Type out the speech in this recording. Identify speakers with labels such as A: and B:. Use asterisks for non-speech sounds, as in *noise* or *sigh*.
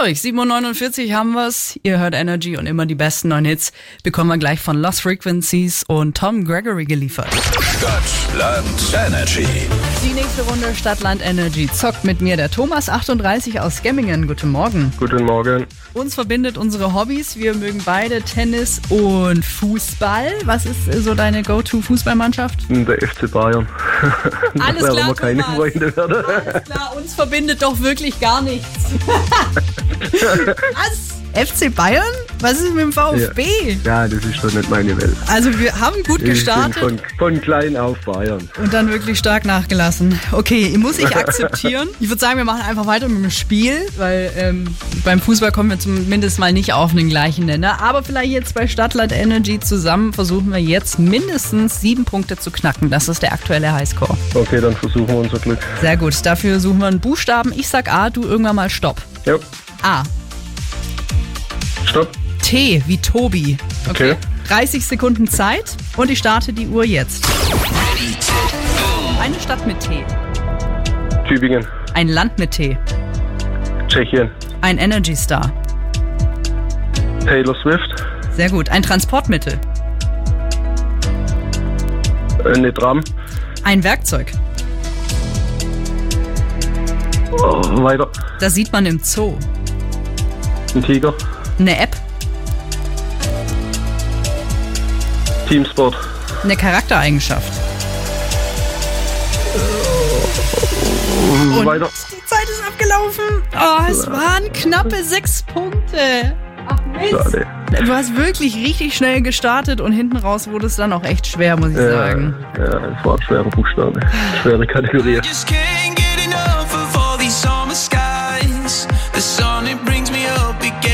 A: euch. 7.49 haben wir's. Ihr hört Energy und immer die besten neuen Hits bekommen wir gleich von Lost Frequencies und Tom Gregory geliefert.
B: Stadtland Energy.
A: Die nächste Runde Stadtland Energy zockt mit mir der Thomas 38 aus Gemmingen. Guten Morgen.
C: Guten Morgen.
A: Uns verbindet unsere Hobbys. Wir mögen beide Tennis und Fußball. Was ist äh, so deine
C: *laughs*
A: Go-To-Fußballmannschaft?
C: Der FC Bayern.
A: *laughs* Alles
C: Dass er
A: klar,
C: immer keine
A: Thomas.
C: Freunde werde.
A: Klar, uns verbindet doch wirklich gar nichts.
C: *laughs*
A: Was? FC Bayern? Was ist mit dem VfB?
C: Ja, das ist doch nicht meine Welt.
A: Also wir haben gut
C: Ich bin
A: gestartet
C: von, von klein auf Bayern.
A: und dann wirklich stark nachgelassen. Okay, muss ich akzeptieren. Ich würde sagen, wir machen einfach weiter mit dem Spiel, weil ähm, beim Fußball kommen wir zumindest mal nicht auf den gleichen Nenner. Aber vielleicht jetzt bei Stadtland Energy zusammen versuchen wir jetzt mindestens sieben Punkte zu knacken. Das ist der aktuelle Highscore.
C: Okay, dann versuchen wir unser Glück.
A: Sehr gut, dafür suchen wir einen Buchstaben. Ich sag A, du irgendwann mal Stopp.
C: Ja,
A: A.
C: stopp.
A: T wie Tobi.
C: Okay.
A: 30 Sekunden Zeit und ich starte die Uhr jetzt. Eine Stadt mit T,
C: Tübingen,
A: ein Land mit T,
C: Tschechien,
A: ein Energy Star.
C: Taylor Swift,
A: Sehr gut. Ein Transportmittel,
C: äh, eine Tram.
A: ein Werkzeug.
C: Oh, weiter,
A: Das sieht man im Zoo.
C: ein Tiger,
A: Eine App,
C: Teamsport,
A: eine Charaktereigenschaft. Und
C: weiter.
A: die Zeit ist abgelaufen. Oh, es waren knappe sechs Punkte. Ach Mist.
C: Schade.
A: Du hast wirklich richtig schnell gestartet und hinten raus wurde es dann auch echt schwer, muss ich sagen.
C: Äh, ja, es war ein schwerer Buchstabe. Schwere Kategorie.
D: Just can't get enough of all these summer skies. The sun, it brings me up, it gets